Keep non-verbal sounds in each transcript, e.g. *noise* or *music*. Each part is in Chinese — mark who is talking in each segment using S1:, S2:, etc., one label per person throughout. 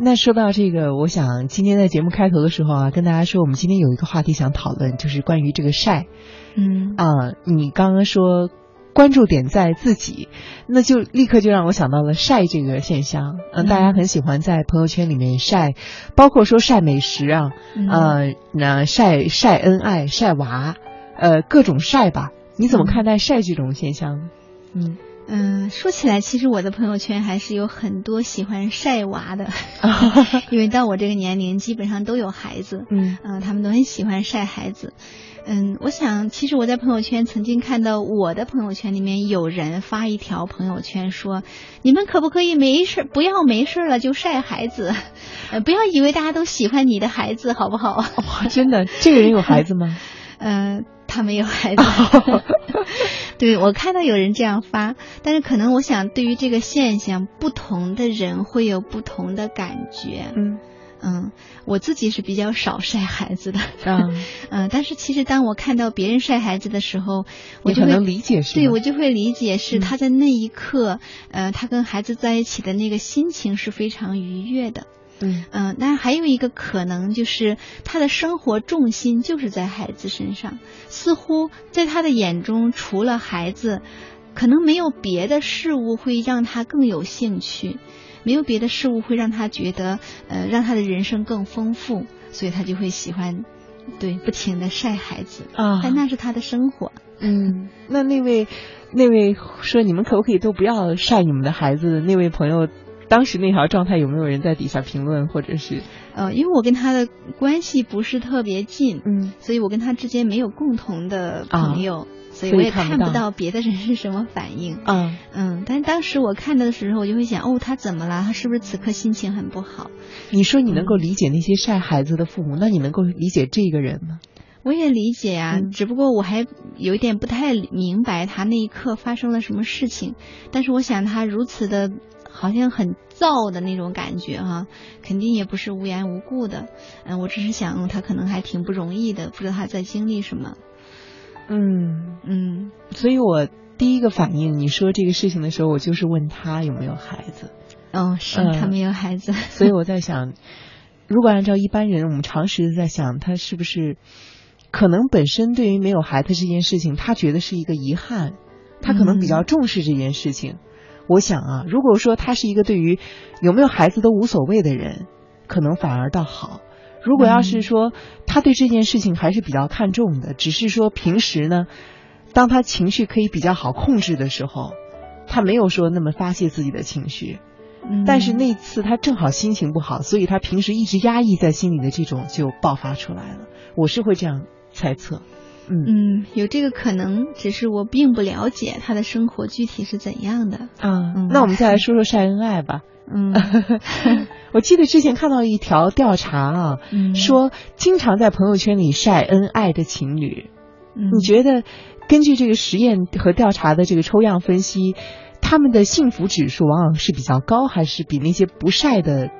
S1: 那说到这个，我想今天在节目开头的时候啊，跟大家说，我们今天有一个话题想讨论，就是关于这个晒
S2: 嗯
S1: 啊、你刚刚说关注点在自己，那就立刻就让我想到了晒这个现象。嗯、
S2: 嗯
S1: 大家很喜欢在朋友圈里面晒，包括说晒美食啊，
S2: 嗯
S1: 呃，那晒晒恩爱、晒娃，呃，各种晒吧。你怎么看待晒这种现象呢？ *laughs* 嗯，
S2: 嗯，说起来，其实我的朋友圈还是有很多喜欢晒
S1: *laughs*
S2: 娃的，因为到我这个年龄，基本上都有孩子，
S1: 嗯
S2: 嗯、他们都很喜欢晒孩子。嗯，我想，其实我在朋友圈曾经看到我的朋友圈里面有人发一条朋友圈说：“你们可不可以没事儿不要没事儿了就晒孩子， *laughs* 呃，不要以为大家都喜欢你的孩子，好不 *laughs* 好
S1: 哇，真的，这个人有孩子吗？？”
S2: 嗯、他没
S1: *laughs*
S2: 有孩子，对，我看到有人这样发，但是可能我想，对于这个现象，不同的人会有不同的感觉。
S1: 嗯
S2: 嗯，我自己是比较少晒孩子的，
S1: 啊，
S2: *laughs* 嗯，但是其实当我看到别人晒孩子的时候，我
S1: 你
S2: 就
S1: 很能
S2: 会。
S1: 理解是
S2: 对，
S1: 吗
S2: 我就会理解是
S1: 嗯
S2: 他在那一刻，呃，他跟孩子在一起的那个心情是非常愉悦的。
S1: 嗯
S2: 嗯、那还有一个可能就是他的生活重心就是在孩子身上，似乎在他的眼中，除了孩子，可能没有别的事物会让他更有兴趣，没有别的事物会让他觉得，呃，让他的人生更丰富，所以他就会喜欢，对，不停的晒孩子，
S1: *laughs* 啊，
S2: 但那是他的生活。
S1: 嗯，那那位那位说你们可不可以都不要晒你们的孩子？那位朋友当时那条状态有没有人在底下评论或者是
S2: 呃，因为我跟他的关系不是特别近，
S1: 嗯
S2: 所以我跟他之间没有共同的朋友，
S1: 啊
S2: 所
S1: 所
S2: 以
S1: 以
S2: 我也
S1: 看不
S2: 看不
S1: 到
S2: 到别的人是什么反应。
S1: 啊
S2: 嗯，但是当时我看到的时候，我就会想，哦，他怎么了？他是不是此刻心情很不好？
S1: 你说你能够理解那些晒孩子的父母，那你能够理解这个人吗？
S2: 我也理解啊，
S1: 嗯
S2: 只不过我还有一点不太明白他那一刻发生了什么事情。但是我想，他如此的，好像很燥的那种感觉哈、肯定也不是无缘无故的。嗯，我只是想，嗯他可能还挺不容易的，不知道他在经历什么。
S1: 嗯，
S2: 嗯，
S1: 所以我第一个反应，你说这个事情的时候，我就是问他有没有孩子，
S2: 哦，是、
S1: 嗯
S2: 他没有孩子。 *laughs*
S1: 所以我在想，如果按照一般人，我们常识在想，他是不是可能本身对于没有孩子这件事情，他觉得是一个遗憾，他可能比较重视这件事情。我想啊，如果说他是一个对于有没有孩子都无所谓的人，可能反而倒好。如果要是说他对这件事情还是比较看重的，只是说平时呢，当他情绪可以比较好控制的时候，他没有说那么发泄自己的情绪，
S2: 嗯
S1: 但是那次他正好心情不好，所以他平时一直压抑在心里的这种就爆发出来了。我是会这样猜测，嗯
S2: 嗯，有这个可能，只是我并不了解他的生活具体是怎样的。
S1: 啊
S2: 嗯
S1: 那我们再来说说晒恩爱吧。 *laughs*
S2: 嗯
S1: 我记得之前看到一条调查啊，
S2: 嗯
S1: 说经常在朋友圈里晒恩爱的情侣，
S2: 嗯
S1: 你觉得根据这个实验和调查的这个抽样分析，他们的幸福指数往往是比较高，还是比那些不晒的，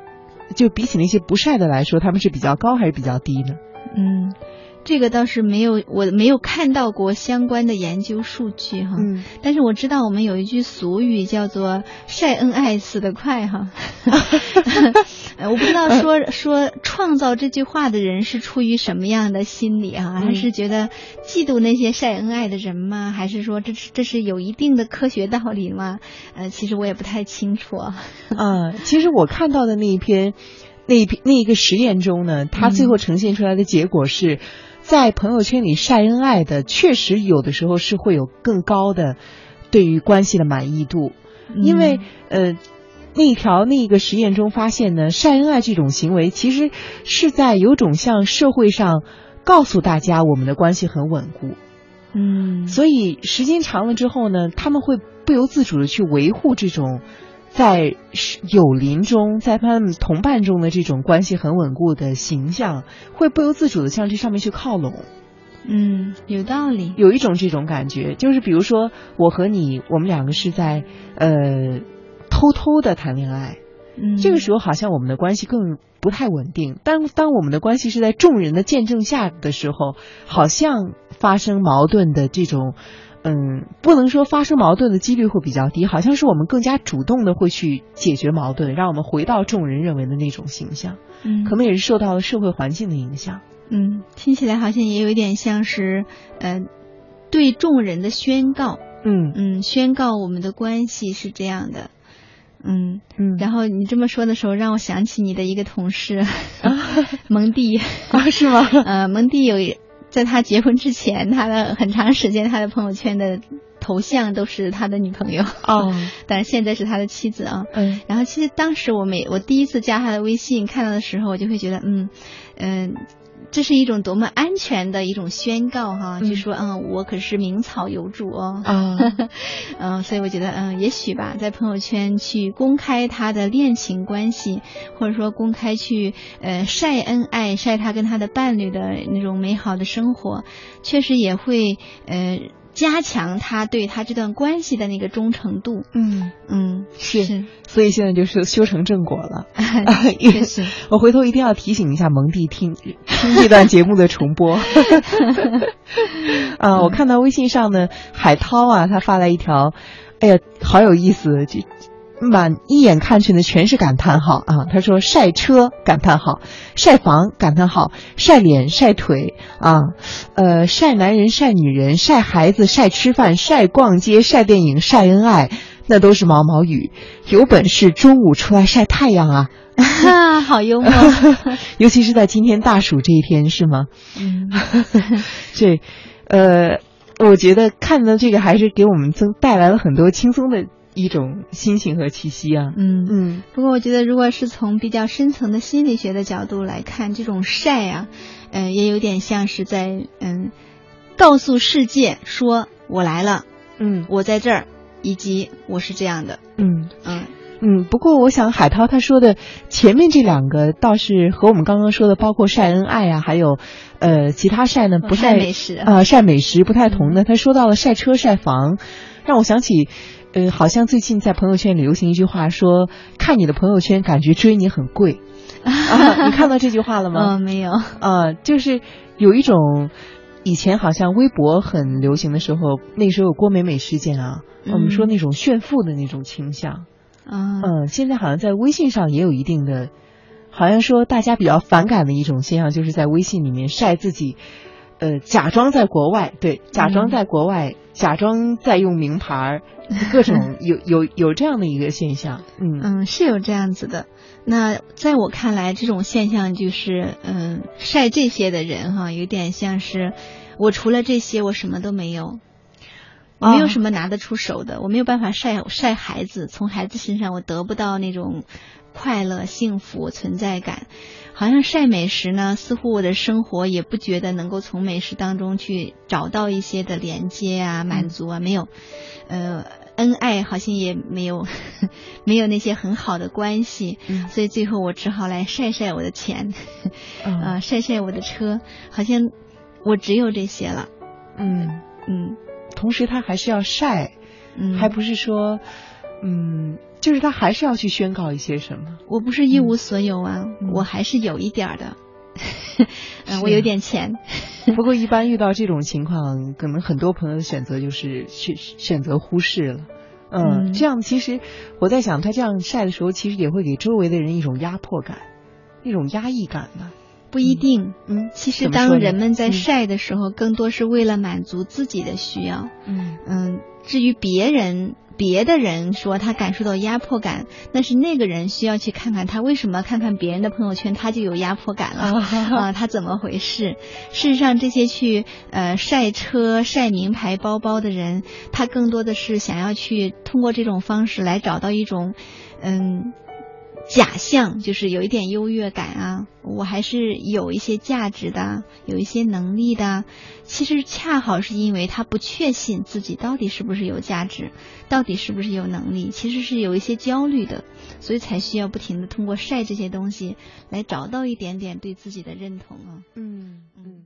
S1: 就比起那些不晒的来说，他们是比较高还是比较低呢？
S2: 嗯，这个倒是没有，我没有看到过相关的研究数据哈。
S1: 嗯。
S2: 但是我知道我们有一句俗语叫做“晒恩爱死得
S1: *laughs*
S2: 快”哈。呃我不知道
S1: 嗯
S2: 说说创造这句话的人是出于什么样的心理啊？
S1: 嗯
S2: 还是觉得嫉妒那些晒恩爱的人吗？还是说这是这是有一定的科学道理吗？呃，其实我也不太清楚啊。
S1: 啊，其实我看到的那一篇，那一篇那一个实验中呢，它最后呈现出来的结果是，在朋友圈里晒恩爱的，确实有的时候是会有更高的对于关系的满意度，
S2: 嗯
S1: 因为呃。那条那个实验中发现呢，晒恩爱这种行为其实是在有种向社会上告诉大家我们的关系很稳固，
S2: 嗯，
S1: 所以时间长了之后呢，他们会不由自主的去维护这种在是友邻中、在他们同伴中的这种关系很稳固的形象，会不由自主的向这上面去靠拢。
S2: 嗯，有道理。
S1: 有一种这种感觉，就是比如说我和你，我们两个是在呃偷偷的谈恋爱，
S2: 嗯，
S1: 这个时候好像我们的关系更不太稳定。但当我们的关系是在众人的见证下的时候，好像发生矛盾的这种嗯，不能说发生矛盾的几率会比较低，好像是我们更加主动的会去解决矛盾，让我们回到众人认为的那种形象，
S2: 嗯
S1: 可能也是受到了社会环境的影响。
S2: 嗯，听起来好像也有一点像是，呃，对众人的宣告，
S1: 嗯
S2: 嗯，宣告我们的关系是这样的，嗯。
S1: 嗯
S2: 然后你这么说的时候，让我想起你的一个
S1: *laughs*
S2: 同事，蒙蒂，
S1: 啊是吗？
S2: *laughs* 呃，蒙蒂有一在他结婚之前，他的很长时间他的朋友圈的头像都是他的女朋友，
S1: 哦，
S2: *laughs* 但是现在是他的妻子啊。
S1: 嗯
S2: 然后其实当时我每我第一次加他的微信看到的时候，我就会觉得，嗯，嗯、这是一种多么安全的一种宣告哈，
S1: 嗯
S2: 就说，嗯，我可是名草有主哦，
S1: 啊，
S2: 嗯，所以我觉得，嗯，也许吧，在朋友圈去公开他的恋情关系，或者说公开去呃晒恩爱，晒他跟他的伴侣的那种美好的生活，确实也会呃加强他对他这段关系的那个忠诚度。
S1: 嗯，
S2: *laughs* 嗯，
S1: 是
S2: 是，
S1: 所以现在就是修成正果了。
S2: *laughs*
S1: *laughs*
S2: 确实，
S1: 我回头一定要提醒一下蒙蒂听听这段节目的重播。 *laughs* 啊，我看到微信上呢，海涛啊，他发来一条，哎呀，好有意思，这满一眼看去呢全是感叹号啊。他说晒车感叹号，晒房感叹号，晒脸晒腿啊，呃，晒男人晒女人晒孩子晒吃饭晒逛街晒电影晒恩爱。那都是毛毛雨，有本事中午出来晒太阳啊！
S2: 啊，好幽默。 *laughs*
S1: *laughs* 尤其是在今天大暑这一天，是吗？
S2: 嗯，
S1: 这，呃，我觉得看到这个还是给我们增带来了很多轻松的一种心情和气息啊。
S2: 嗯。
S1: 嗯
S2: 不过我觉得，如果是从比较深层的心理学的角度来看，这种晒啊，嗯、也有点像是在嗯，告诉世界说我来了，
S1: 嗯
S2: 我在这儿，以及我是这样的，
S1: 嗯
S2: 嗯
S1: 嗯。不过我想海涛他说的前面这两个倒是和我们刚刚说的，包括晒恩爱啊，还有呃其他晒呢不
S2: 晒
S1: 太
S2: 美食
S1: 啊、晒美食不太同的。他说到了晒车晒房，让我想起。呃，好像最近在朋友圈里流行一句话说，看你的朋友圈，感觉追你很
S2: *laughs*
S1: 贵。啊，你看到这句话了吗？
S2: 嗯，没
S1: *laughs*
S2: 有，
S1: 啊，就是有一种以前好像微博很流行的时候，那时候有郭美美事件啊，我们
S2: 嗯
S1: 说那种炫富的那种倾向。
S2: 嗯
S1: 嗯，现在好像在微信上也有一定的，好像说大家比较反感的一种现象，就是在微信里面晒自己，呃，假装在国外，对，假装
S2: 嗯
S1: 在国外，假装在用名牌 *laughs* 儿，各种有有有这样的一个现象。嗯
S2: 嗯，是有这样子的。那在我看来，这种现象就是，嗯，晒这些的人哈，有点像是我除了这些，我什么都没有，我没有
S1: 哦
S2: 什么拿得出手的，我没有办法晒晒孩子，从孩子身上我得不到那种快乐、幸福、存在感。好像晒美食呢，似乎我的生活也不觉得能够从美食当中去找到一些的连接啊、满足啊，没有。呃，恩爱好像也没有 *laughs* 没有那些很好的关系，
S1: 嗯
S2: 所以最后我只好来晒晒我的钱，
S1: 啊
S2: *laughs* 啊，晒晒我的车，好像我只有这些了，
S1: 嗯，
S2: 嗯
S1: 同时他还是要晒。
S2: 嗯，
S1: 还不是说，嗯，就是他还是要去宣告一些什么。
S2: 我不是一无所有啊，
S1: 嗯
S2: 我还是有一点
S1: *laughs*
S2: 儿的，
S1: 是
S2: 嗯，我有点钱，
S1: 不过一般遇到这种情况，可能很多朋友的选择就是去选择忽视了。嗯，
S2: 嗯
S1: 这样其实我在想，他这样晒的时候，其实也会给周围的人一种压迫感，一种压抑感吧。
S2: 不一定。
S1: 嗯
S2: 其实，
S1: 怎么说
S2: 当
S1: 呢
S2: 人们在
S1: 嗯
S2: 晒的时候，更多是为了满足自己的需要。
S1: 嗯
S2: 嗯，至于别人别的人说他感受到压迫感，那是那个人需要去看看他为什么看看别人的朋友圈他就有压迫感了。
S1: 啊，
S2: 啊，他怎么回事？事实上，这些去呃晒车、晒名牌包包的人，他更多的是想要去通过这种方式来找到一种，嗯，假象，就是有一点优越感啊，我还是有一些价值的，有一些能力的。其实恰好是因为他不确信自己到底是不是有价值，到底是不是有能力，其实是有一些焦虑的，所以才需要不停的通过晒这些东西来找到一点点对自己的认同啊。
S1: 嗯嗯。